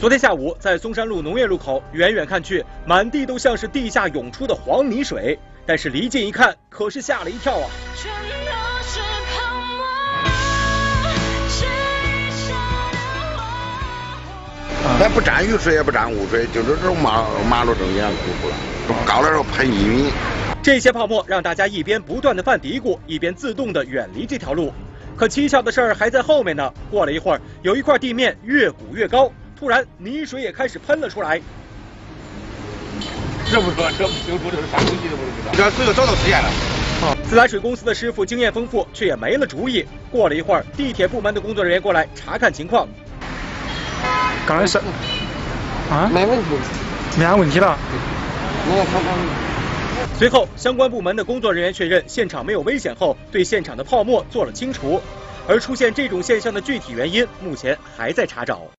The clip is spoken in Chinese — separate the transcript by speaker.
Speaker 1: 昨天下午，在松山路农业路口，远远看去，满地都像是地下涌出的黄泥水，但是离近一看，可是吓了一跳啊！
Speaker 2: 全都是泡沫，只剩的我。
Speaker 3: 咱不沾雨水也不沾污水，就是这种马马路中间哭出来，高了时候喷一米。
Speaker 1: 这些泡沫让大家一边不断的犯嘀咕，一边自动的远离这条路。可蹊跷的事儿还在后面呢。过了一会儿，有一块地面越鼓越高，突然泥水也开始喷了出来。
Speaker 4: 这不说，这不清楚，这是啥东西都不知道。这这个早都实验了。
Speaker 1: 自来水公司的师傅经验丰富，却也没了主意。过了一会儿，地铁部门的工作人员过来查看情况，
Speaker 5: 刚才是啊，
Speaker 6: 没问题，
Speaker 5: 没啥问题了。
Speaker 6: 那个他们
Speaker 1: 随后，相关部门的工作人员确认现场没有危险后，对现场的泡沫做了清除，而出现这种现象的具体原因，目前还在查找。